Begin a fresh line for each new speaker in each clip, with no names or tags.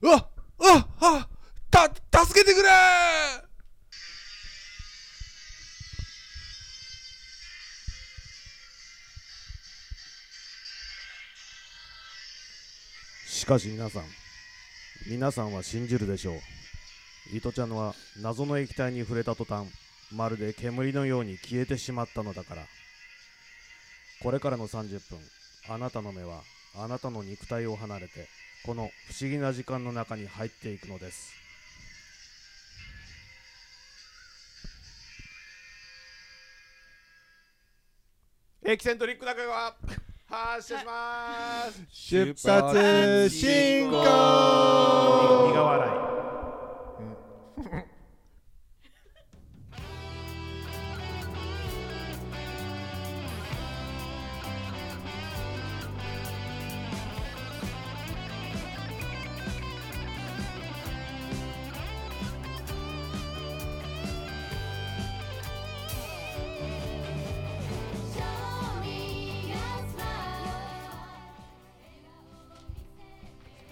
うわっうわっあた助けてくれ
しかし皆さん皆さんは信じるでしょう糸ちゃんは謎の液体に触れた途端まるで煙のように消えてしまったのだからこれからの30分あなたの目はあなたの肉体を離れてこの不思議な時間の中に入っていくのです
エキセントリック中川発車します
出発進行
苦笑い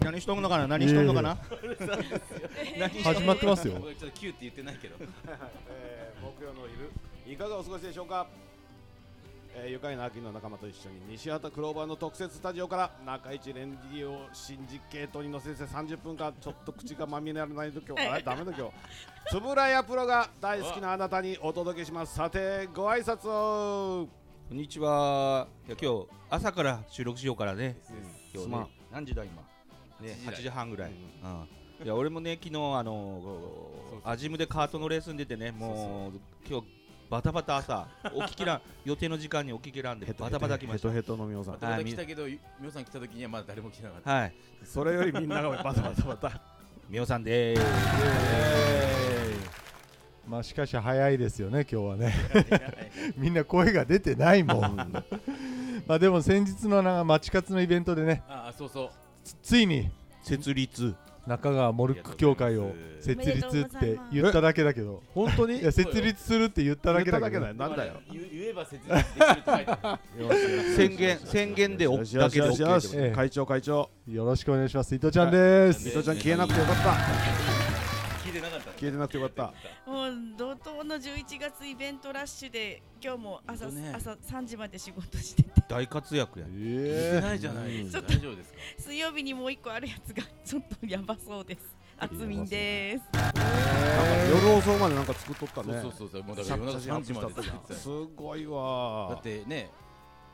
何しとんのかな何しとんのかな、
始まってますよ
俺ちょっとキューって言ってないけど
えー木曜のお昼いかがお過ごしでしょうか、えー愉快な秋の仲間と一緒に西畑クローバーの特設スタジオから中一レンジを新実系統に乗せて30分間ちょっと口がまみれられないと 今日あれダメだ今日つぶらやプロが大好きなあなたにお届けしますさてご挨拶を
こんにちはいや今日朝から収録しようからね今日
すま
ね
ん
何時だ今ね
8
8
時
時半ぐらい
うん
うんいや俺もね昨日あの
そうそう
アジムでカートのレースに出てねもう今日バタバタ朝起ききらん予定の時間に起ききらんでバタバタ来ました
ヘトヘトのみおさん
あ
ま
ー
た
み
来たけど、みおさん来た時にはまだ誰も来てなかった。
はい
それよりみんながバタバタバタ
みおさんでーす
まあしかし早いですよね今日はね みんな声が出てないもん まあでも先日のな町活のイベントでね
ああ、そうそう。
つついに
設立
中川モルック協会を設立って言っただけだけど
本当
い
に
や設立するって言っただけだけど
言っただけだよなんだよ
言う言えば説明できると書いてある。
宣言宣言でお
よしよ
だ
し
けで
よしよ
OK
し
でも
ええ
会長会長
よろしくお願いします伊藤ちゃんです
伊藤ちゃん消えなくてよかった
聞いてなかったの。
消えてなくてよかった
もう怒涛の11月イベントラッシュで今日も朝,、
本当ね
朝3時まで仕事してて
大活躍や
聞いて
え
ないじゃないですか。大丈夫ですか。
水曜日にもう一個あるやつがちょっとやばそうですあつみんです
なんか夜遅くまでなんか作っとったね
そうそうそうそう。もうだから夜中3時までだって言ってたよ
すごいわ
だってね、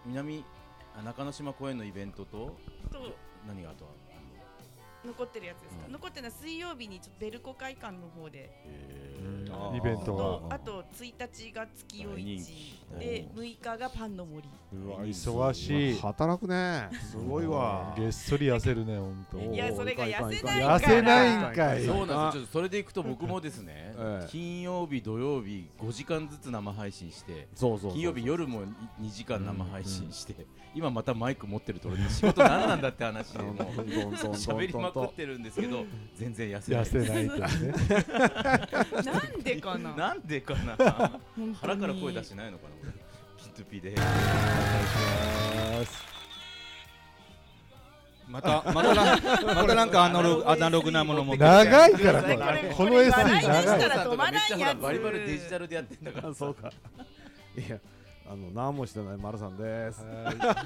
南あ中之島公園のイベントと
と
何があとは。
残ってるやつですか、
うん
残ってるのは水曜日にちょっとベルコ会館の方で
イベントが
とあと1日が月夜市で6日がパンの森
うわ忙しい
働くねすごいわ
げっそり痩せるねほんと
おー
いやそれが痩せないから
痩せないんかい
そうなん
あ、
ですよ。ちょっとそれでいくと僕もですね
ええ
金曜日土曜日5時間ずつ生配信して。
そうそうそう
金曜日夜も2時間生配信して、今またマイク持ってると俺仕事何なんだって話でもう
どんどんどんどんどん
喋りまくってるんですけど全然痩せない
痩せないと ね
なんでかな
なんでかな
本当に
腹から声出してないのかな俺キットピーで
またまたなまたなんかアナログアナログなものも
長いからこ
これ
れこの
これ
SE
笑い出した
長い
ら止まらんやつ
バリバリデジタルでやってんだから
あそうかいやあの何もしてない丸さんです
ほら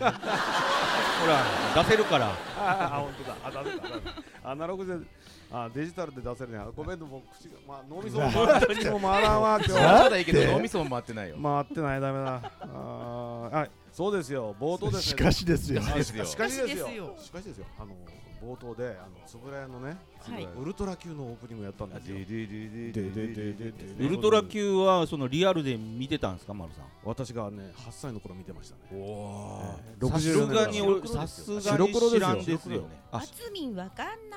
出せるから
あ本当だあだめだ アナログであデジタルで出せるねごめんもう口がまあ脳みそも回らん口も回らんわ今日
だって
まだいいけど脳みそも回ってないよ
回ってないダメだあーはいそうですよ冒頭です
し
ね
かしですよ
ですよ
しかしですよ
しかしですよ
しかしですよあの冒頭であのつぶらやのね、
はい
ウルトラ級のオープニングやったんですよ
ウルトラ級はそのリアルで見てたんですか丸さん
私がね8歳の頃見てましたね
さすがに俺さすがに知らん
白黒で
ですす
よ
よ
あ
あ
つみんわかんな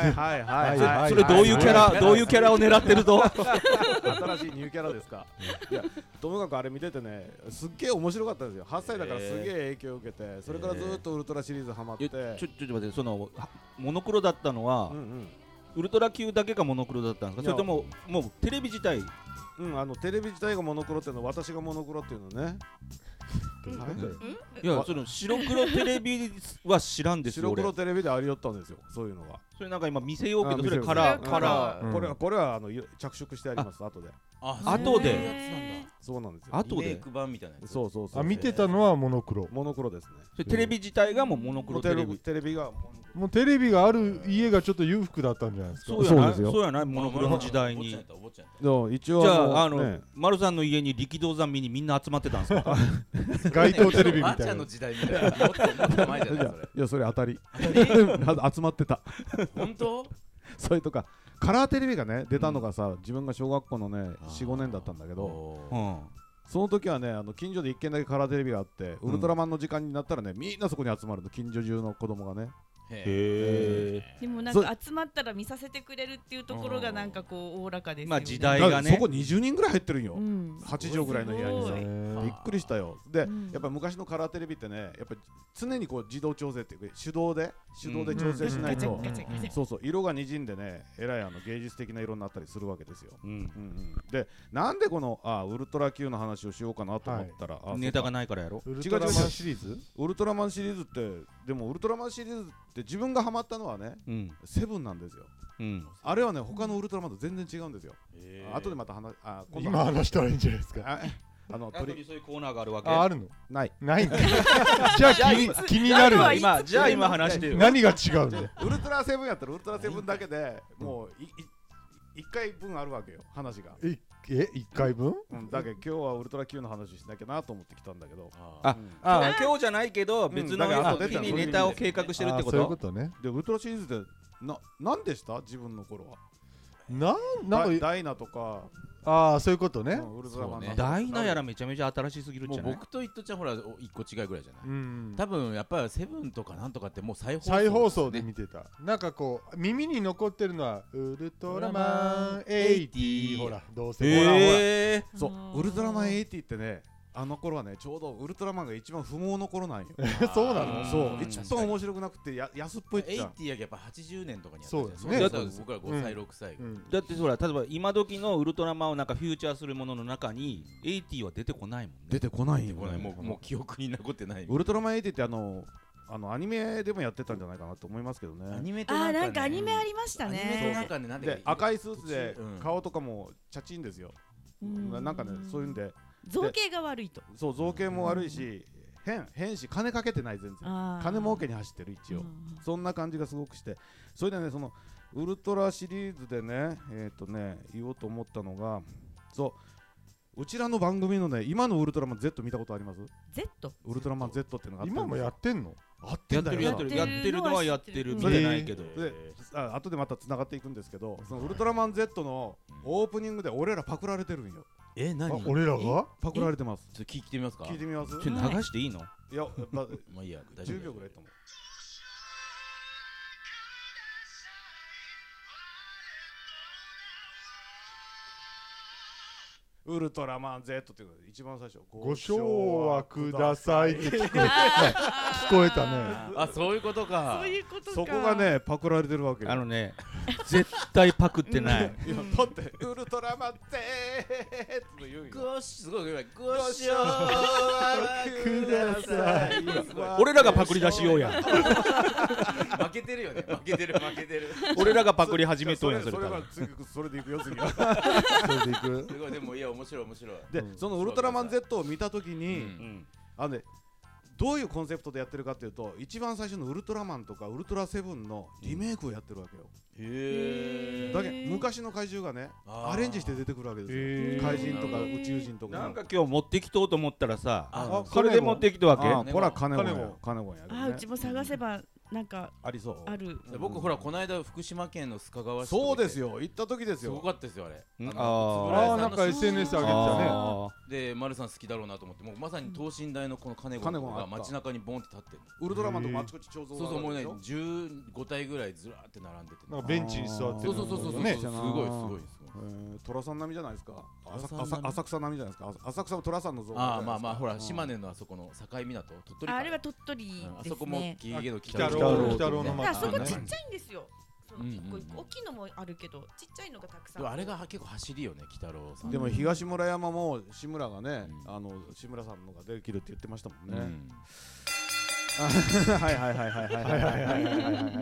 い
はいはいは
は
い
いはい
は
それどういうキャ
は
ラどういうキャラを狙ってると
新しいニューキャラですかいやともかくあれ見ててねすっげえ面白かったんですよ8歳だからすげえ影響を受けてそれからずっとウルトラシリーズハマって、
えち ょちょっと待ってそのはモノクロだったのは
うんうん
ウルトラ級だけがモノクロだったんです
い
か
や
それとももうテレビ自体
うん、あのテレビ自体がモノクロっていうのは私がモノクロっていうのね
いやその白黒テレビは知らんですよ
白
俺
黒テレビでありよったんですよそういうのが
それなんか今見せようけ
あ
ど
見
そ
せよ
れ
う
カ
それ
ラ
は
ー
カ
カ
ラ
ラ
ー
ー
うん
これはこれはあのゆ着色してあります後で
あ
あ後で
そういうやつなんだ
そうなんですよ
あ後で
リメイク版みたいなやつ
そうそうそう
あ見てたのはモノクロ
モノクロですね
それテレビ自体がもうモノク
モ
ロ
テ
テレ
レ
ビ
ビテレビがモノ
もうテレビがある家がちょっと裕福だったんじゃないですか
そうやない
そうですよ
そうやないモノクロの時代に
お
じ
っちゃんやったお坊ちゃんやった
そう一応
ゃああ
ね
の丸さんの家に力道山見にみんな集まってたんです か
街頭テレビ
ば
み
あち
た
ゃ
い
ん
な
の時代みたいなもっともっと前じゃない それ
いやそれ当たり 集まってた
本当
それとかカラーテレビがね出たのがさ、自分が小学校のね
あー
45年だったんだけど
う
お
ん
その時はねあの近所で1軒だけカラーテレビがあって、ウルトラマンの時間になったらねみんなそこに集まるの近所中の子供がね
ーへえ
へ
でもなん
そ
か集まったら見させてくれるっていうところがなんかこうおおらかですよね。
まあ時代
だか
が
らそ
ね
こ20人ぐらい入ってるんよ、
うん。
8畳ぐらいの部屋に
す
さ
ごい
び
へ
っくりしたよで、
うん
やっぱり昔のカラーテレビってねやっぱり常にこう自動調整っていうか手動で手動で調整しない
ガチ
と、
ャガチャガチャ。
そうそう色がにじんでねえらいあの芸術的な色になったりするわけですよ
うん
うんうんでなんでこのあウルトラ Q の話をしようかなと思ったら、あ
ネ
そ
タが
うか
ないからやろ
ウルトラマンシリーズ
ウルトラマンシリーズってでもウルトラマンシリーズって自分がハマったのはね
うん
セブンなんですよ
うん
あれはね他のウルトラマンと全然違うんですよ、
ー
後でまた話あ今度
今話したらいいんじゃないですか
ああの
後に
鳥
そういうコーナーがあるわけ
ああるの
ない
ないんだじゃあ気に気になるよ
ある
今じゃあ今話してよ
何が違うん
じ
だよ
ゃあウルトラセブンやったらウルトラセブンだけでもういい一回分あるわけよ話が、
ええ一回分
うん、だけど今日はウルトラ Q の話しなきゃなと思ってきたんだけど
ああ今日じゃないけど別の
だから後で
日にネタを計画してるってこ
あーそういうこととね
でウルトラシリーズってな何でした自分の頃は
なん
ダ
なんか
ダイナとか、
ああそういうこと
う
ね
んウルトラマン
そうね
ダイナやらめちゃめちゃ新しすぎるん
も
じ
う
ゃない
僕といっとちゃんほらお一個違いぐらいじゃない
うん
多分やっぱりセブンとかなんとかってもう再放送
再放送で
ね
見てたなんかこう耳に残ってるのはウルトラマン80ほらどうせほらほら
え
そ
あー
うウルトラマン80ってねあの頃はねちょうどウルトラマンが一番不毛の頃なんよ
そうなの
そう
うん
一番面白くなくてや安っぽいっちゃん
80やけば80年とかにやった
そうですね
だったら僕ら5歳
う
6歳
う
が
ん
だってほら例えば今時のウルトラマンをなんかフューチャーするものの中に80は出てこないもんね
出てこないよ
もう
ね
もうもう記憶に残ってない
ウルトラマン80ってあのあのアニメでもやってたんじゃないかなと思いますけど
ア
ね
ニメと
あー
ね
なんかアニメありました
アニメとなん
ね。
かねなん
で赤
い
いスーツで
うん
顔とかもチャチンですよ、
うん
なんかねそういうんで
造形が悪いと。
そう造形も悪いし変変し金かけてない全然金
金
儲けに走ってる一応、そんな感じがすごくして、それでね、そのウルトラシリーズでね、えっ、とね、言おうと思ったのが、そう、うちらの番組のね、今のウルトラマン Z 見たことあります
Z。
ウルトラマン Z っていうのがあったんです
今もやってんの
あっ
や
て
っ
んだ
てる
よ
や
な
ってるやってるのはやってる
うん
見てないけど
であ後でまたつながっていくんですけど、そのウルトラマン Z のオープニングで俺らパクられてるんよ。
え
あ
何ちょっ
俺らが
パクられてます。
と聞いてみますか
聞いてみます
ちょっと流していいの
いや、ま
まあいいや大丈夫
10秒ぐらいと思う。ウルトラマン Z っていうのが一番最初
ご賞はくださいって聞こえ聞こえたね
あそういうことか
そういうことか。
そこが。ねパクられてるわけよ
あのね絶対パクってない
いやだってウルトラマン Z って言うんよ
ごしすごいご
ご
し
賞
ょ
はください
俺らがパクり出しようや
負けてるよね負けてる負けてる
俺らがパクり始めとんや
そ
そ
れ
れ
そ
多
れ
分
は次それでいくよ 次は
それでいく
すごいでもいや面白い面白い
で、
うん
そのウルトラマン Z を見たとき
う
に、
ん
あのねどういうコンセプトでやってるかっていうと一番最初のウルトラマンとかウルトラセブンのリメイクをやってるわけよ、
へえ
だけど昔の怪獣がね
あー
アレンジして出てくるわけですよ、
え
怪人とか宇宙人とか
なんか今日持ってきとうと思ったらさ
あ
それで持ってきたわけ
あーこれは金
金
も
も
んや金もんやけど
あ
ね
うちも探せばなんか
ありそう
ある。
で僕ほらこの間福島県の須賀川市
そうです
よ
よ行った時です
すご
よ
かったですよあれ
ん
あ
あー
ああ
の
なんか
円谷さんの
SNS 上げてたね
あー
で丸さん好きだろうなと思ってもうまさに等身大のこの金子
金子があっ
が
た
街中にボンって立ってる
ウルトラマンとかあちこち彫像
そうそうもうね
があるでし
15体ぐらいずらーって並んでて
なんかベンチに座ってる
そうそうそうそうそう、
ね
すごいすごいすごい
ょえー寅さん並みじゃないですか浅
寅さん並
浅
み
浅草並みじゃないですか浅草も寅さんの像
ああまあまあほら島
根
根のあそこの境港鳥取か
ああれは鳥取で
うんあ
す
そこも
ね。
ギリギリの北
北
郎
郎
ね
北郎の
だからそこ
あ
ち
ね
っちゃいんですよ。その一個一
うんうん
個
うん
大きいのもあるけど、ちっちゃいのがたくさ
で
ん。
もあれが結構走りよね北郎さん
でも東村山も志村がね、
うん
あの志村さんのができるって言ってましたもん
う
ね、
ん
はいはいはいはいはいはいはいはいはい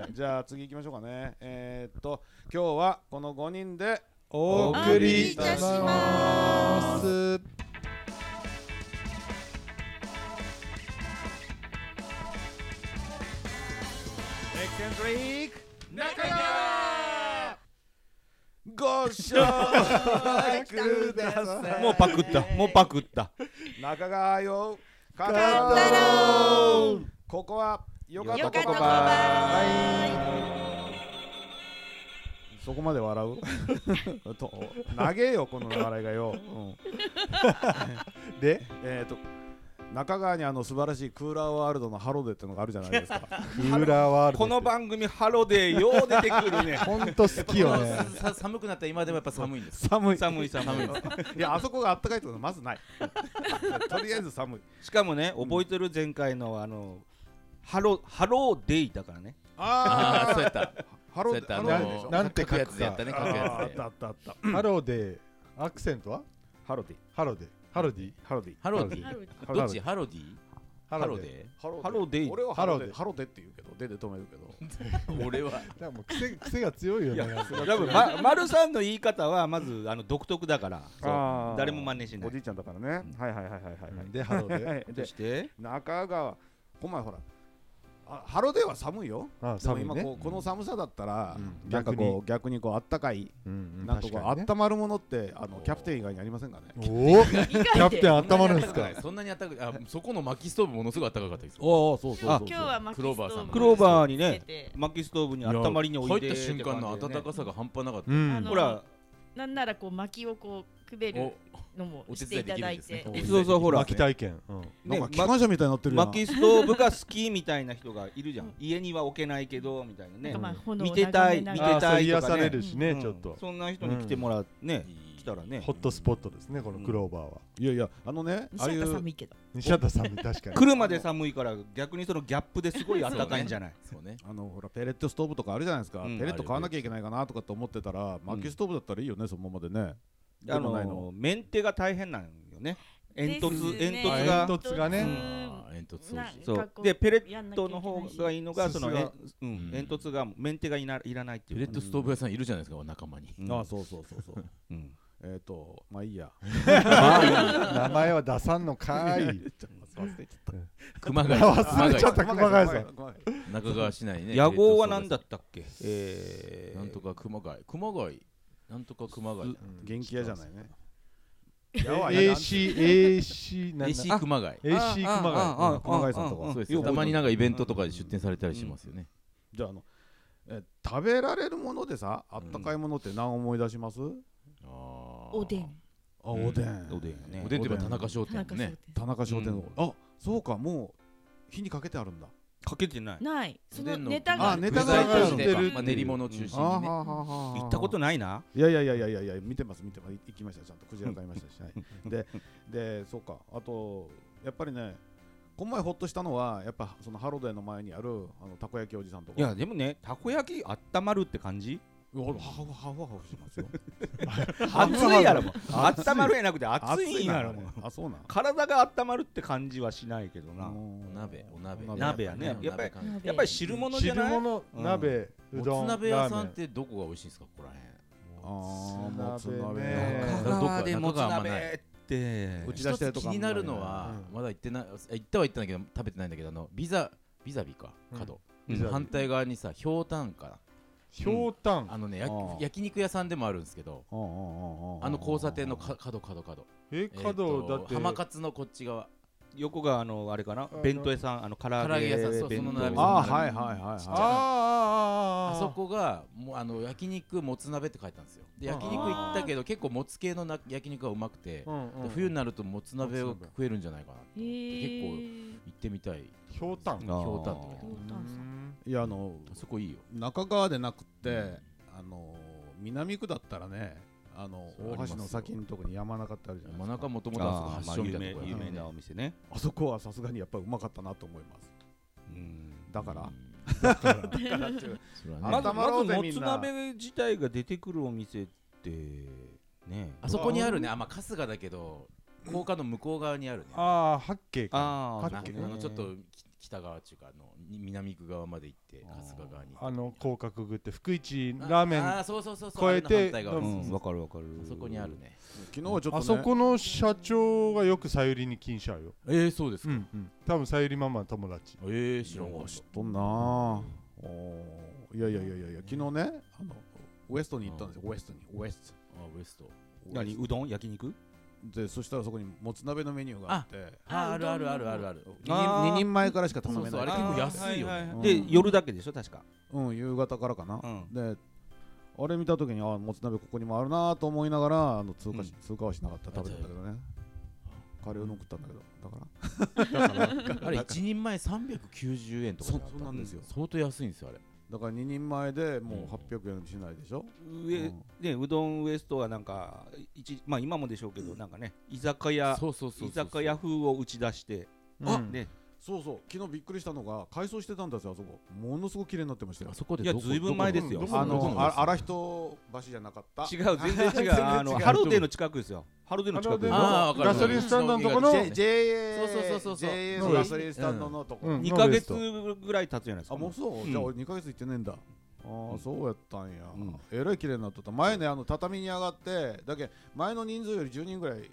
はいじゃあ次行きましょうかねえー、っと今日はこの5人で
お。
送りいたします
エクセントリック中川ご賞ください
もうパクったもうパクった
中川よカ
カ
ンタロウ
ここはよかっ
よか
た
っ
こ
たこ
こ
ば
ば
ーい
そこまで笑うと長えよこの笑いがよ、うん
で、
えー、と中川にあの素晴らしいクーラーワールドのハロデってのがあるじゃないですか
クーラーワールド。
この番組ハロデーよう出てくるね
本当好きよね。
さ寒くなった今でもやっぱ寒いん です。
寒い
寒い寒い
いやあそこがあったかいってことはまずないとりあえず寒い
しかもね覚えてる前回のあのハロハローデイだからね
あ
ああ、そうやった。
あハ
そ
ロ
うや
デ
った。あ
ハ
の
ロデでし
ー
ょ
なんて書くか
やつでやったね。書く
あーあ
や
っ
つ
た
で。
あったあった
ハローでアクセントは
ハロディ
ハローで。ハローディ
ハロディ
ハロディ。
ハ
ど
ロ
っち
ディ
ハロディハロ。デ
ハロ
ハロデイ
俺はハロデ
ハロデ
ハロデって言うけどでで止めるけど
ィ俺は。
だからもう癖癖が強いよね。なんか
多分ま丸さんの言い方はまずあの独特だから
あー
誰も真似しな
お
い
じいちゃんだからねはいはいはいはいはいは
で、ハロー
い
で。
はい
そ
で
して
中川こ前ほらあハロデは寒いよ
あ
でも
寒い
今
ね。
こうこの寒さだったら
うん
なんかこう逆にこうあったかい
うん
なんかこうあっ。たまるものってあのキャプテン以外にありませんかね
確かにねおお、キ
意
ャ
外
プ
で
テン温まるんです か。
そんなにあったかくあそこの薪ストーブものすごい暖かかったですよ。
ああそう
そうあ
今日はマキストーブ
クローバーに
つけ
ね
て
薪ストーブに温まりに置いて
入った瞬間の
って感じ
暖
でね
かさが半端なかった。
う
あ
ん
の。
ほら
なんならこう薪をこうくべる
お
のも
お手
し
伝い
てい
で
た
き
だ
るん
い
ですね
て。
いそうそうほら
巻き体験。うん
なん
ね
か機関車みたいになってるよな
薪ストーブが好きみたいな人がいるじゃん家には置けないけどみたいなね
なんかまあ炎を
見てたい
眺めな
見
が
て
ら
あーそ
た
う
い
癒
と
さ
か
れ
ね
るしね、
うん
ちょっと。
そんな人に来てもらうね来たらね
ホットスポットですね、このクローバーは。
いやいやあのねああい
西畑
う
寒いけど。
西畑さんも確かに。
来るまで寒いから逆にそのギャップですごい暖かいんじゃない
そうね。
あのほらペレットストーブとかあるじゃないですか、
うん
ペレット買わなきゃいけないかなとかって思ってたら薪ストーブだったらいいよねそのままでねで
あ
もないの
のメンテが大変なんよね煙突
ですね
煙突が
煙突がね
あー煙突掃除。
そうでペレッ
ッ
トの方がいいのがそのえう
うんん
煙突がメンテがいないらないって
ペ
いう
レ
ね
ットストーブ屋さんいるじゃないですか、仲間に。
うん
ああそうそうそうそう
うん
えっとまあいいや
名前は出さんのかーい。
熊谷さん、
忘れちゃった、熊谷さん。
中川市内ね。
野号は何だ
っ
ったっけえ
け
ー
なんとか熊谷。熊谷。なんとか熊谷。
元気屋じゃないね
AC、AC、なんだ
AC 熊谷。
AC 熊谷。
ああ
熊谷さんとか
ああああ
そうです
よ
よ
く
たまになんかイベントとかで
うん
出店されたりしますよね。
じゃああのえ食べられるものでさあったかいものって何思い出します、
あー
おで。ん。
あおでん、
おでんやね
おでんといえば田中商
田
店も
中商
ね
店。
田中商店の、あそうかもう火にかけてあるんだ、
かけてない
ない。その
おでんの
ネタ
あ
が
ネ
具
タ
材
が
と
入
し
って
て
る
まあ練り物を中心にね。
行ったことないない
やいやいやいやいや見てます見てますい行きましたちゃんとクジラ買いましたし、はい、ででそうかあとやっぱりねこの前ほっとしたのはやっぱそのハロデーの前にあるあのたこ焼きおじさんとか
いやでもねたこ焼きあったまるって感じ
うわハフハフハフしますよ
熱いやろもうあったまるやなくて熱いんやろ
熱
も
いうなあれあそうなん
体があったまるって感じはしないけどな
お鍋、お鍋。
鍋やねやっぱり
お鍋関係
やっぱり汁物じゃ
汁
ない
物、鍋、う
も
ど
つ
ん、
鍋屋さん
ラ
っ
ーメン
てどこが美味しいんですか、ここら
あー
もつ鍋ね
もつ
えー
香
どこ
川で
中
もつ
川あんま
鍋
ない
って
打
辺。
ち出したりと
一つ
か
気になるのは
う、ん
まだ行ってない、あ行ったは行ったんだけど、食べてないんだけど、あの、ビザ、ビザビか、角。
うん
ビザビ
反対側にさ、ひょうたんか
ひょうたん
な。あのね、
あー
焼き焼肉屋さんでもあるんですけど、
あ
あの交差点のか角角角。
え
えーと
角だって
浜勝のこっち側。
横があのあれかな
あの
弁当屋さんあの唐揚
唐揚
げ
げ屋さんそう
弁
その
当
並び
あ
あ
あはいはいはいは
あ
い
ああああ
あそ
あ
こがもうあの焼肉もつ鍋って書いてあるんですよで焼肉行ったけど結構もつ系のな焼肉がうまくて、
うんうん
で冬になるともつ鍋を
もつ鍋
食えるんじゃないかな
へー。
行ってみたい
ひょうたん
ひょうたんって書いてある
どうだったんすか
いやあの
あそこいいよ
中川でなくってあの南区だったらねあの
そうありま
大
す
橋
よ
の先のとこに山中ってあるじゃないで
真
すか
中もともとあそこ
あー
発
まあ
祥み
有
たいな
名
とこ
有
やな
名なお店ね
あそこはさすがにやっぱりうまかったなと思います
うん
だから、
それはね
まず
頭の
まず
上
も
みん
つ
な
鍋自体が出てくるお店ってね
あそこにあるねあまあ春日だけど高架の向こう側にあるね
ああ八景か
あ
あ
ー
八
の
景
あのちょっとき北側っていうかあのに南区側まで行って
あー
春日側に
あの甲殻ぐって福市ラーメン
ああそうそうそうそうあれの反対側
越え
う
て
です
んわかるわかる
あそこにあるね
昨日ちょっと、ね、
あそこの社長がよくさゆりに金しちゃうよ、
えー、そうです
う
か、
んうん、多分さゆりママの友達
ええー、知らんか
よ
っ
う
た
知っとんなあおーいやいやいやいやいや昨日ねあのウエストに行ったんですよウエストにウエス
あウエスト
ト
何うどん焼肉
でそしたらそこにもつ鍋のメニューがあって
あ
あ
あるあるあるあるある
二人
あー
二人前からしか頼めない
そうそうあれ結構安いよね
あーははは
う
で
ん
夜だけでしょ確か
うん、夕方からかな、
うん
であれ見た時にあもつ鍋ここにもあるなと思いながらあの通過し、通過はしなかった食べたんだけどねカレーを食ったんだけどだから
あれ一人前390円とかじゃかった
そそうなんですよ
相当安いんですよあれ
だから2人前でも
うん
う800円しないでしょ、
上ねうどんウエストはなんか一まあ今もでしょうけどなんかね居酒屋
そうそうそう
居
そう
酒屋風を打ち出して
あ
ね
そうそう昨日びっくりしたのが改装してたんですよあそこものすごく綺麗になってましたよ
あそこで
いや
どこ
ずいぶん前
ど
で
こ
すよ
あ
どこ
の
の
あ荒人橋じゃなかった
違 う全然違うあのハローデーの近くですよハローデーの近
ハローデ
く
ーの
ああ分かる
ガソリンスタンドのとこの
J- JA
そうそうそうそう
JA
そう
のガソリンスタンドのとこ、
うん
2ヶ月ぐらい経つじゃないですか
あもうそう、
うん
じゃあ俺2ヶ月行ってねえんだああ、
うん
そうやったんや、
うん
えらい綺麗になっとった前ねあの畳に上がってだけ前の人数より10人ぐらい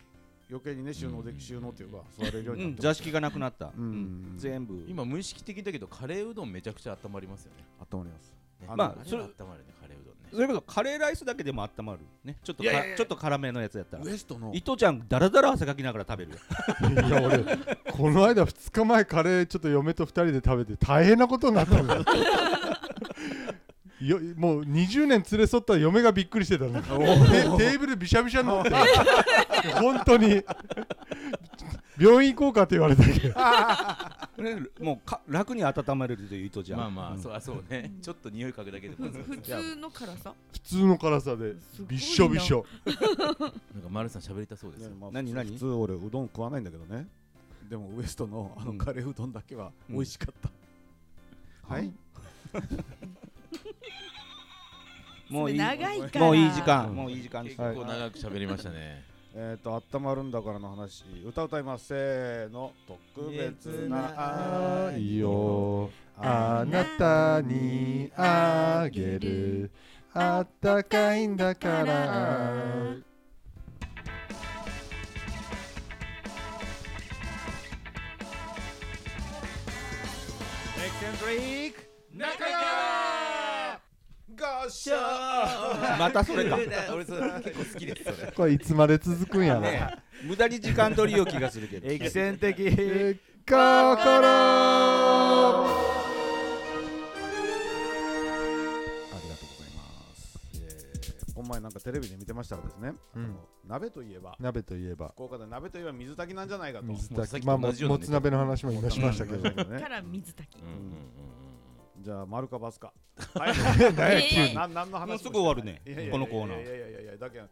余計にね収納でき、収納っていうか座れるよう
う
になっ
ん
てま
座
した、
敷がなくなった
うん
うん全部
今無意識的だけどカレーうどんめちゃくちゃ温まりますよね
あったまります
ね
あの
まあ
あれ
それ
は温まるねカレーうどんね
それこそカレーライスだけでも温まるねちょっとかちょっと辛めのやつやったら
ウエストの
伊藤ちゃんだらだら汗かきながら食べるよ
いや俺この間2日前カレーちょっと嫁と2人で食べて大変なことになったんだよ よもう20年連れ添った嫁がびっくりしてたのテテーブルびしゃびしゃになって本当に病院行こうかって言われたけど
ねもうか楽に温まれるという伊藤ちゃん
まあまあ、
うん
そうあそうねちょっと匂い嗅ぐだけでもなん
普通の辛さ
普通の辛さです
ごいな
びっしょびしょ
か丸さん喋りたそうですよ
ねまあ普
何
通
何
普通俺うどん食わないんだけどねでもウエストのあ
う
の
ん
カレーうどんだけは美味しかった、はい
もういい
長いから
もういい時間
うん
もういい時間です
結構長く喋りましたね
えっ、ー、と「温まるんだから」の話歌歌いますせーの特別な愛を
あなたにあげるあったかいんだから
エクセントリック中川ご視聴
またそれか
俺それ結構好きですそれ
これいつまで続くんやろ
ね無駄に時間取りよう気がするけど
エキセン的
心
ありがとうございます、えー、この前なんかテレビで見てましたらですね、
うん
あの鍋といえば
鍋といえば
福岡で鍋といえば水炊きなんじゃないかと
水
さっ
炊き
き
まあ
と
も
同じような
も
ね
つ鍋の話も今しましたけど
か
ね
ら水炊き
うんうん
じゃあ丸かバスかはい
や急に
な何の話
もうすぐ終わるね
いやいやいやいや
このコーナー
いやいやいやいやだけど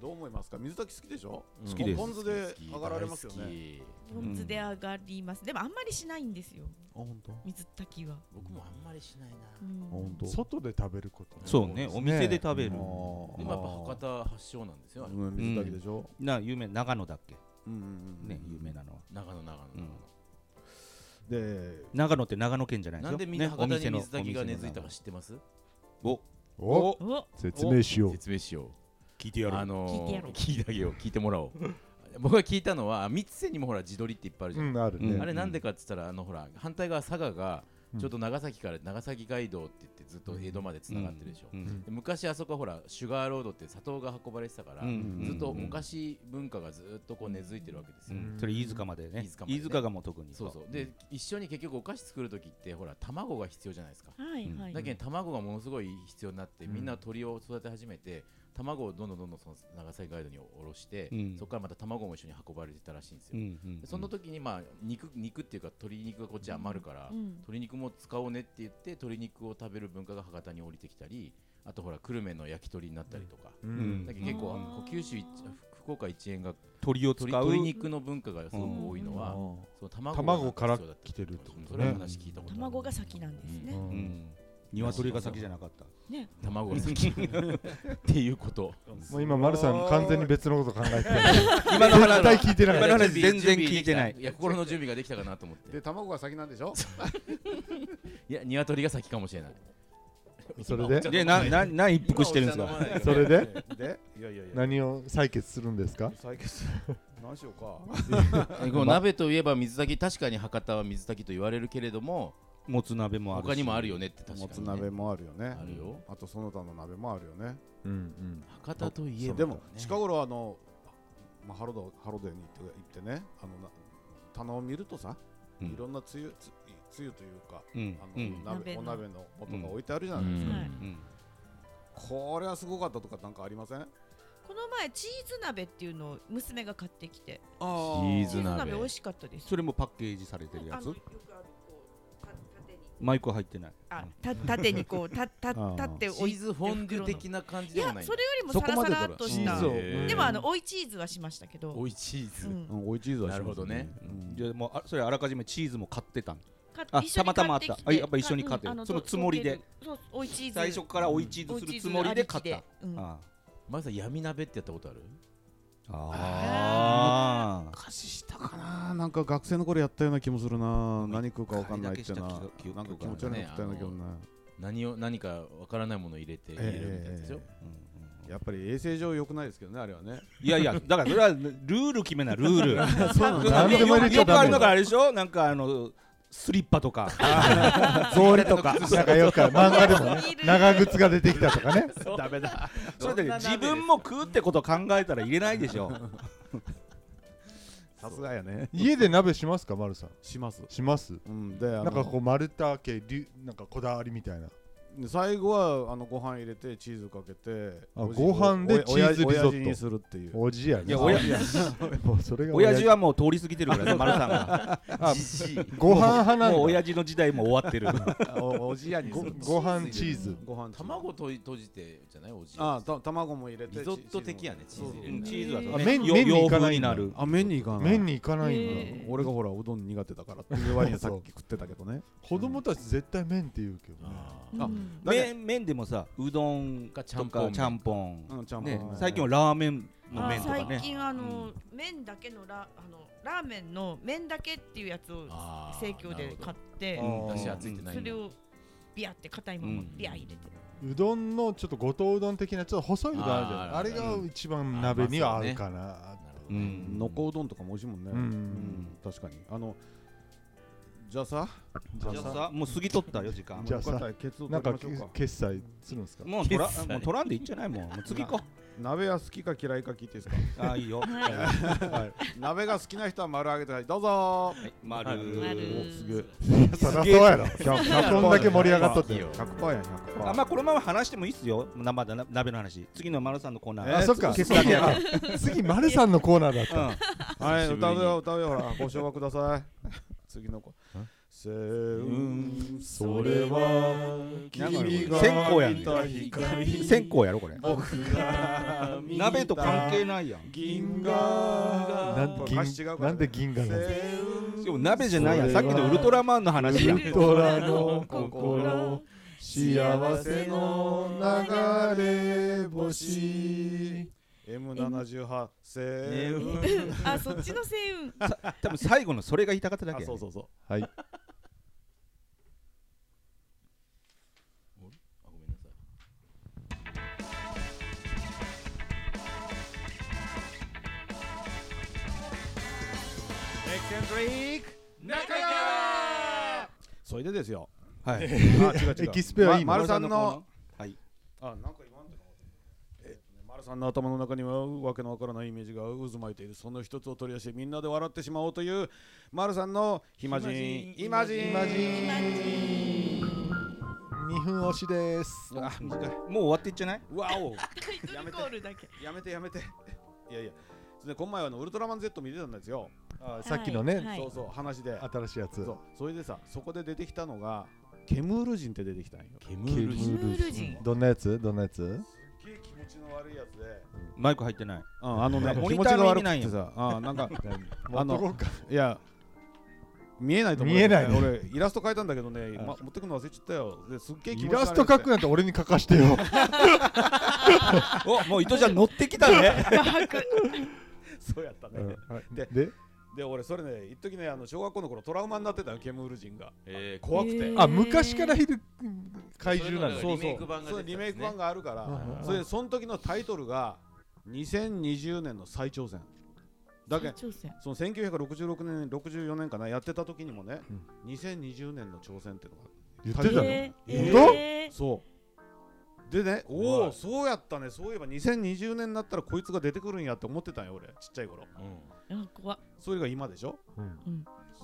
どう思いますか水炊き好きでしょ
うんうん
好きです
ポン酢で上がられますよね
大好き
ポン酢で上がります、でもあんまりしないんですよ
あ本当あ
水炊きは、
僕もあんまりしないな
うん
本当
外で食べること
そうねお店で
べ
食べる
でもやっぱ博多発祥なんですよあれ
うん水炊きでしょ
な有名長野だっけ
うんうんうん
ね有名なのは
長野長野長野
で
長野って長野県じゃないです
な
よ
んでみんな
ね
博多に
お店の
水炊きが根付いた
お
か知ってます
お
お
お
説明しよう
説明しよう
聞いてやろ
あ
う
の
聞いてやろう
聞いてあげよう聞いてもらおう 僕が聞いたのは三瀬にもほら地鶏っていっぱいあるじ
う
ゃん、
んあるね
あれなんでかっつったらあのほら反対側佐賀が
うん
ちょっと長崎から長崎街道って言ってずっと江戸までつながってるでしょ、
うん
ん
で昔あそこはほらシュガーロードって砂糖が運ばれてたから、
うん
ずっとお菓子文化がずっとこう根付いてるわけです
う
よ、
んそれ飯塚までね
飯塚までね
飯塚がもう特に
そうそうで一緒に結局お菓子作る時ってほら卵が必要じゃないですか
はいはい、
だけど卵がものすごい必要になって、
うん
みんな鳥を育て始めて卵をどんどんどんどんその長崎ガイドにおろして、
うん
そこからまた卵も一緒に運ばれてたらしいんですよ、
うんうん
でその時にまあ肉肉っていうか鶏肉がこっち余るから、
うん
鶏肉も使おうねって言って鶏肉を食べる文化が博多に降りてきたりあとほら久留米の焼き鳥になったりとか、
うん
だけど結構あの
あー
九州一福岡一円が
鳥を使
鶏
う
鶏肉の文化がすごく多いのは、その卵が
卵から
必要だった
来てるってことね
それは話聞いたことある
卵が先なんですね、
うん
鶏が先じゃなかった
ね
卵が先っていうこと
もう今丸さん完全に別のこと考えてる
今の
絶対
話
聞いてない
今の話全然聞いてない
いや心の準備ができたかなと思って
で卵が先なんでしょ
いや鶏が先かもしれない
それで
でなな何一服してるんですか
それで
でいやいやいや
何を採血するん ですか
採血何しようか
えこの鍋といえば水炊き確かに博多は水炊きと言われるけれども
もつ鍋もあるし
他にもあるよねって確かに、ね、
もつ鍋もあるよね
あるよ
あとその他の鍋もあるよね
うんうん
博多といえば、ね、
でも近頃あのまあハロドハロデーに行って行ってねあのな棚を見るとさ
うん
いろんなつゆつつゆというか
うん
あ
う
の
ん
鍋
鍋
お
の
鍋の元が
うん
置いてあるじゃ
う
ないですか
ん
うん
これはすごかったとかなんかありません
この前チーズ鍋っていうのを娘が買ってきて
チー
チー
ズ
ズ
鍋
鍋美味しかったです
それもパッケージされてるや
あの
つ
よくあるこうた縦に
マイク入ってない
あた縦にこう たた
ー
立って
チ
置い
ーズフォンデュ的な感じ
い
で
や
は
それ
ない
よりもサラサラっと
チ
した
ーズを
へー
でもあの追いチーズはしましたけど、
おいチーズ、
うん
うん、おいチーズは
なるほどね
じゃあもうあそれあらかじめチーズも買ってたん
か
あ
一緒
た
に
またまあった
買てき
あやっぱ一緒に買って
うんあの
そのつもりで
そう追いチーズ
最初から追いチーズするつもりで買っ
追いチ
た
ーズあきでうん
あ
まずは闇鍋ってやったことある
あー
昔したかななんか学生の頃やったような気もするな何食うかわかんないってな
一
な
回だ
んか
けした記憶
気持ち悪いの食ったような気もするな
何を何かわからないものを入れて入れるみたいなやつでしょ、
えやっぱり衛生上良くないですけどねあれはね
いやいやだからそれはルール 決めなルール
そうな
何でも入れちゃ
よくあ
ダ
るの
メ
があれでしょなんかあのスリッパと か草履と か
なんかよくある漫画でもね長靴が出てきたとかね
ダメだそ
そ
れ
れ
で
で
自分も食うってことを考えたら入れないでし ょ
さすがやね
家で鍋しますか丸さん
します
します
うんであの
なんかこう丸太家流なんかこだわりみたいな
で最後はあのご飯入れてチーズかけて
あ
おじ
ご飯で
おお
チー
や
ズリゾット
おやじにするっていう
おじやね
いや親
もうそれが
親父はもう通り過ぎてるからね丸さんが
じじい
ご飯派なんだ
もう親父の時代も終わってる
おおじやにす
ご
る
ご飯チーズ
ご飯チーズ
卵とい閉じてじゃないおじい
あた卵も入れて
リゾット的やね
チーズも
チーズ入
そうそうん
うチーズは
れ
あ
ね
麺
よ
麺に
洋
いかないんだ
風になる
あ麺にいかない
麺に行かないんだ
へえ
俺がほらう どん苦手だからって弱いにさっき食ってたけどね
子供たち絶対麺って言うけどね
あ
うん
あだけ
麺麺でもさうどん
かちゃ
と
んぽん
かちゃんぽん
うんちゃんぽん
ね
はい
最近はラーメンの麺とか
あ最
ね
近あの、麺だけのラあのラーメンの麺だけっていうやつを
あー
生協で買って
なるほど
私はついてない
そ
んだ
れをビアって硬いまま
うん
ビア入れて
うどんのちょっとご当うどん的なちょっと細いのがあるじゃん
あー
あれが一番鍋には合うかな
なるほ
う
どね
ん
のこうどんとかも美味しいもんね
うん
うん確かにあのじゃあさ
じゃあ
じゃあ
さ
さもう過ぎとったよ時間
じゃあさ
よかったらケツを
な
取
ん
り
か
ましょうか
決済するんですか
もう取ら
決済
もう取らんでいいんじゃないもうもう次行こ
鍋は好きか嫌いか聞いていいですか
うああいいよ
鍋が好きな人は丸あげてくださいどうぞ
丸
丸
おすげえ
そりゃそうやろ100本だけ盛り上がっとってよ
100%やん
あ
100%
まあこのまま話してもいいっすよ生だな鍋の話次の丸さんのコーナー
あそっか
決済やか
次丸さんのコーナーだった
はい歌うよ歌うよほらご唱和ください 次の子せーん
それは
君が線香やんうん線香やろこれ鍋と関係ないやん
銀
なん
河
銀なんで銀河なの
でも鍋じゃないやんさっきのウルトラマンの話や
ウ
ん
ルトラの心幸せの流れ星
M78 せーん
あそっちの星雲
多分最後のそれが言いたかっただ
あ
けや
そう
ね
そうそう
はい
あごめんなさい
それでですよ
はい
あ違う違
エ
う
キスペはいいの
ま丸さんの
はい
あなんか今んとこえ丸さんの頭の中にはわけのわからないイメージが渦巻いているその一つを取り出してみんなで笑ってしまおうという丸さんの暇人暇人
2分押しです
あ短いもう終わっていっちゃない
わお
タイトルコールだけ
やめてやめて いやいやそれで今前はあのウルトラマン Z 見てたんですよ、
あさっきのね、
はい
そうそう話で
新しいやつ
そうそれでさそこで出てきたのがケムール人って出てきたんよ
ケムール
ケムール人
どんなやつどんなやつ
すっげえ気持ちの悪いやつで
マイク入ってない
ああのね
モ
気
ニ
持
タ
ち
ー
が
の意
悪
味
く
ない
て
よ
さあなんか
あ
あの
の
いや見えないと思う
見えないね
俺イラスト描いたんだけどね、ま、持ってくの忘れちゃったよですっげえ気
イ
持ち悪い
ラスト描くなんて俺に描かしてよ
おもう伊藤ちゃん乗ってきたね
そうやったね、
うんはい
で
で
で俺それね一時ねあの小学校の頃トラウマになってたのケムール人が
えー
怖くて、
あ昔からいる怪獣なの
そ
よ
うリメイク版が
そう
出
リ
てた
メ
んで
イ
す
ク
ね
版があるから、
うん
それでその時のタイトルが2020年の再挑戦だけ
再挑戦
その1966年64年かなやってた時にもね、2020年の挑戦っていうのが
言ってたの、
え
え
ー
本当
えー
そうでねおお、
はい
そうやったねそういえば2020年になったらこいつが出てくるんやって思ってたんよ俺ちっちゃい頃
あ怖っ
それが今でしょ、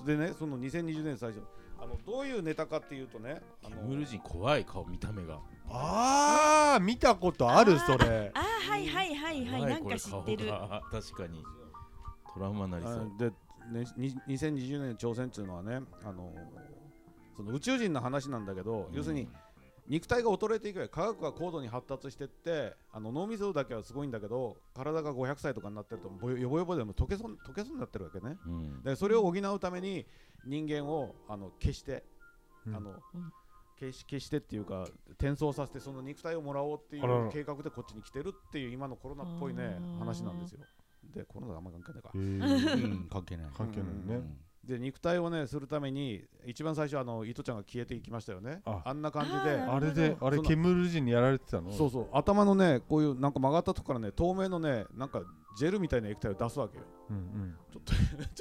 でねその2020年最初あのどういうネタかっていうとねあ
ケ
の
ムール人怖い顔見た目が
ああ見たことあるそれ
あーはいはいはいはい
怖
なん
こ
か
れ
知ってる
顔が 確かにトラウマになりそ
あ
う
で、ね、に2020年の挑戦っていうのはねあのその宇宙人の話なんだけど、要するに肉体が衰えていくより科学が高度に発達してってあの脳みそだけはすごいんだけど体が500歳とかになってるとぼよよぼよぼでも溶けそう溶けそうになってるわけね
うん
でそれを補うために人間をあの消して、
うん
あの
うん
消し消してっていうか転送させてその肉体をもらおうってい
あらら
う計画でこっちに来てるっていう今のコロナっぽいね
あー
話なんですよでコロナあんま関係ないか
うん関係ない
関係ないね
で肉体をねするために一番最初あの糸ちゃんが消えていきましたよね
あ
あんな感じ
あー
で
なるほど
あれであれケムール人にやられてたの
そうそう頭のねこういうなんか曲がったとこからね透明のねなんかジェルみたいな液体を出す わけよ
うん
ちょっ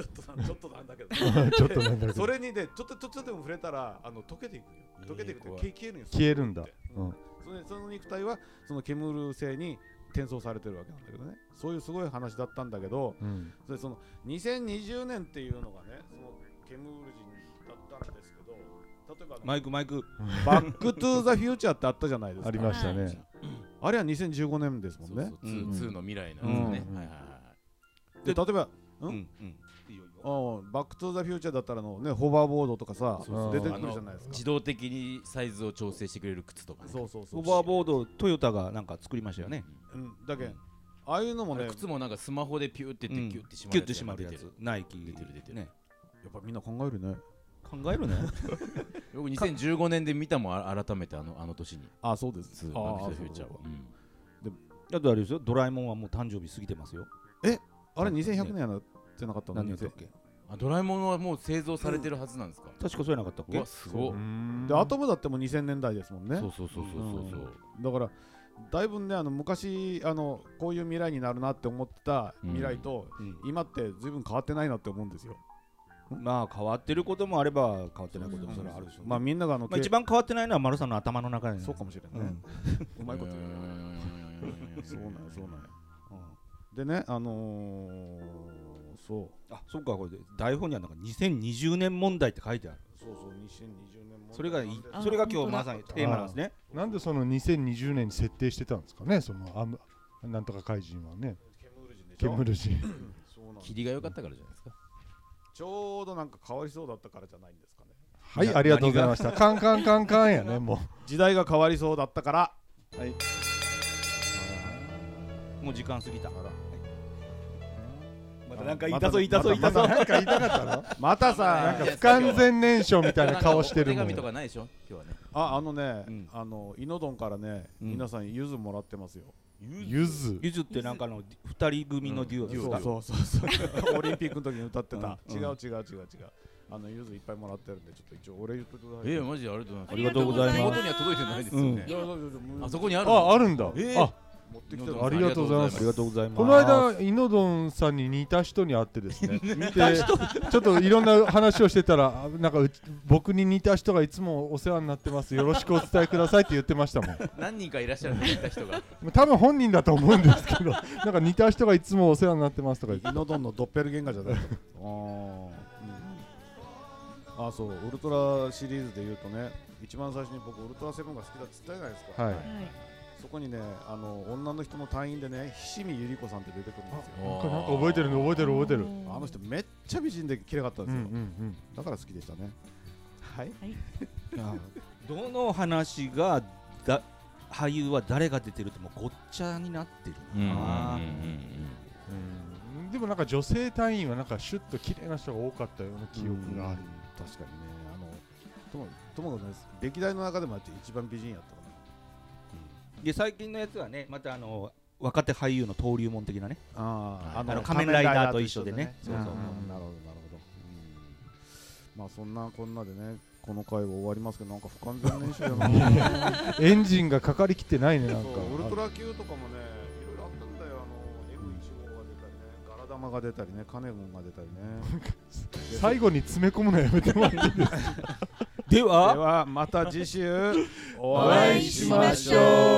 となちょっとなんだけど
うん ちょっとなんだけど
それにねちょっとちょっとでも触れたらあの溶けていくよ溶けていくって消え消えるんよ
消えるんだ
う
うんん
それでその肉体はそのケムール星に転送されてるわけなんだけどねそういうすごい話だったんだけど
うん
それでその2020年っていうのがねそのケムール人だったんですけど例えばあの
マイクマイク
バック・トゥ・ザ・フューチャーってあったじゃないですか
ありました
は
ね
あれは2015年ですもんね
そうそう
うん
2の未来なんですよね
うん
はいはいはい
で例えばう
う
ん
んうん
あーバック・トゥ・ザ・フューチャーだったらあのねホバーボードとかさ
そうそう
出てくるじゃないですか
自動的にサイズを調整してくれる靴とかね
そうそうそう
オーバーボードトヨタがなんか作りましたよね
うんだけんああいうのも
あ
ね
れ
やっ
靴もなんかスマホでピューって
う
言
ん
ってキュッてしまう
キュッてしまうや
出て
つナイキ
出てる出てる
ね
ぱみんな考えるね
考えるね
るよく2015年で見たもんあ改めてあのあの年に
あそうです
2
あ
バッ
ー
ク・トゥ・フューチャーはうん
あとあれですよドラえもんはもう誕生日過ぎてますよ
あれ2100年やなってなかったの
何年だっけ
あドラえもんはもう製造されてるはずなんですか
確かそうやなかったっ
う
け
わすごっ
でアトムだってもう2000年代ですもんね
そうそうそうそうそうそう
だからだいぶねあの昔あのこういう未来になるなって思ってた未来と、
うん
今って随分変わってないなって思うんですよ、
まあ変わってることもあれば変わってないこともそれはあるでしょうね
まあみんながあの、
まあ一番変わってないのは丸さんの頭の中で
そうかもしれないね、うまいこと言うねそうなんやそうなんや、うんでねあのー、そう
あそうかこれ台本にはなんか2020年問題って書いてある
そうそう2020年も
それがい
あ
それが今日
本当だ
まさにテーマなんですね
なんでその2020年に設定してたんですかねそのアムなんとか怪人はね
ケムール人でし
ケ
ょ
ムール人
そうなん
霧が良かったからじゃないですか
ちょうどなんか変わりそうだったからじゃないんですかね
はいありがとうございましたカンカンカンカンやねも
時代が変わりそうだったから
もう時間過ぎたまたなんか
言いたそう言いたそう言いたそう
うなんか言いたかった の
また
なん
さ
か不 完全燃焼みたいな顔してる
お手
もん
紙とかないでしょ今日はね
ああのね、
うん
あのイノドンからね、
うん
皆さんゆずもらってますよ。
ゆず
ゆずってなんかあの二人組のデュオです
そ
か
うそうそうそう。オリンピックの時に歌ってた。
うん
違う違う違う違う。あのゆずいっぱいもらってるんでちょっと一応俺言っとください。
えーマジでありがとうございます
ありがとうご
手元には届
ざいます
いてないですよね
いやいやいやいや
あそこにある
ああるんだ
えー
あ
持ってきて
井
る
あ
上。さん
りがとうございます
ありがとうございます
この間イノドンさんに似た人に会ってですね 似た人ちょっといろんな話をしてたらあなんかうち僕に似た人がいつもお世話になってますよろしくお伝えくださいって言ってましたもん
何人かいらっしゃるんで見た人が
多分本人だと思うんですけど なんか似た人がいつもお世話になってますとか言って
イノドンのドッペルゲンガーじゃな いと思う。あーうんあそうウルトラシリーズで言うとね一番最初に僕ウルトラセブンが好きだって言ったじゃないですか。
はい
はい
そこにねあの女の人の隊員でね菱見ゆり子さんって出てくるんですよ。
なんかなんか覚えてるの覚えてる覚えてる
あの人めっちゃ美人で綺麗かったん
う
で
んう
す
ん
よ。
うん
だから好きでしたね。はい。
あどの話がだ俳優は誰が出てるともうごっちゃになってるな、
うんでもなんか女性隊員はなんかシュッと綺麗な人が多かったような記憶がある、
確かにねあのともともかくね歴代の中でもやって一番美人やったか
で最近のやつはねまたあの若手俳優の登竜門的なね
なあー
あの仮面ライダーと一緒でね
そうそうそう
うんうん
なるほどなるほどうんまあそんなこんなでねこの回は終わりますけどなんか不完全燃焼やな
エンジンがかかりきってないねなんか
そうウルトラ Q とかもねいろいろあったんだよあの F15 が出たりねガラ玉が出たりねカネゴンが出 たりね
最後に詰め込むのやめてもらっていいですか
で
で
は
はまた次週お
会いしましょう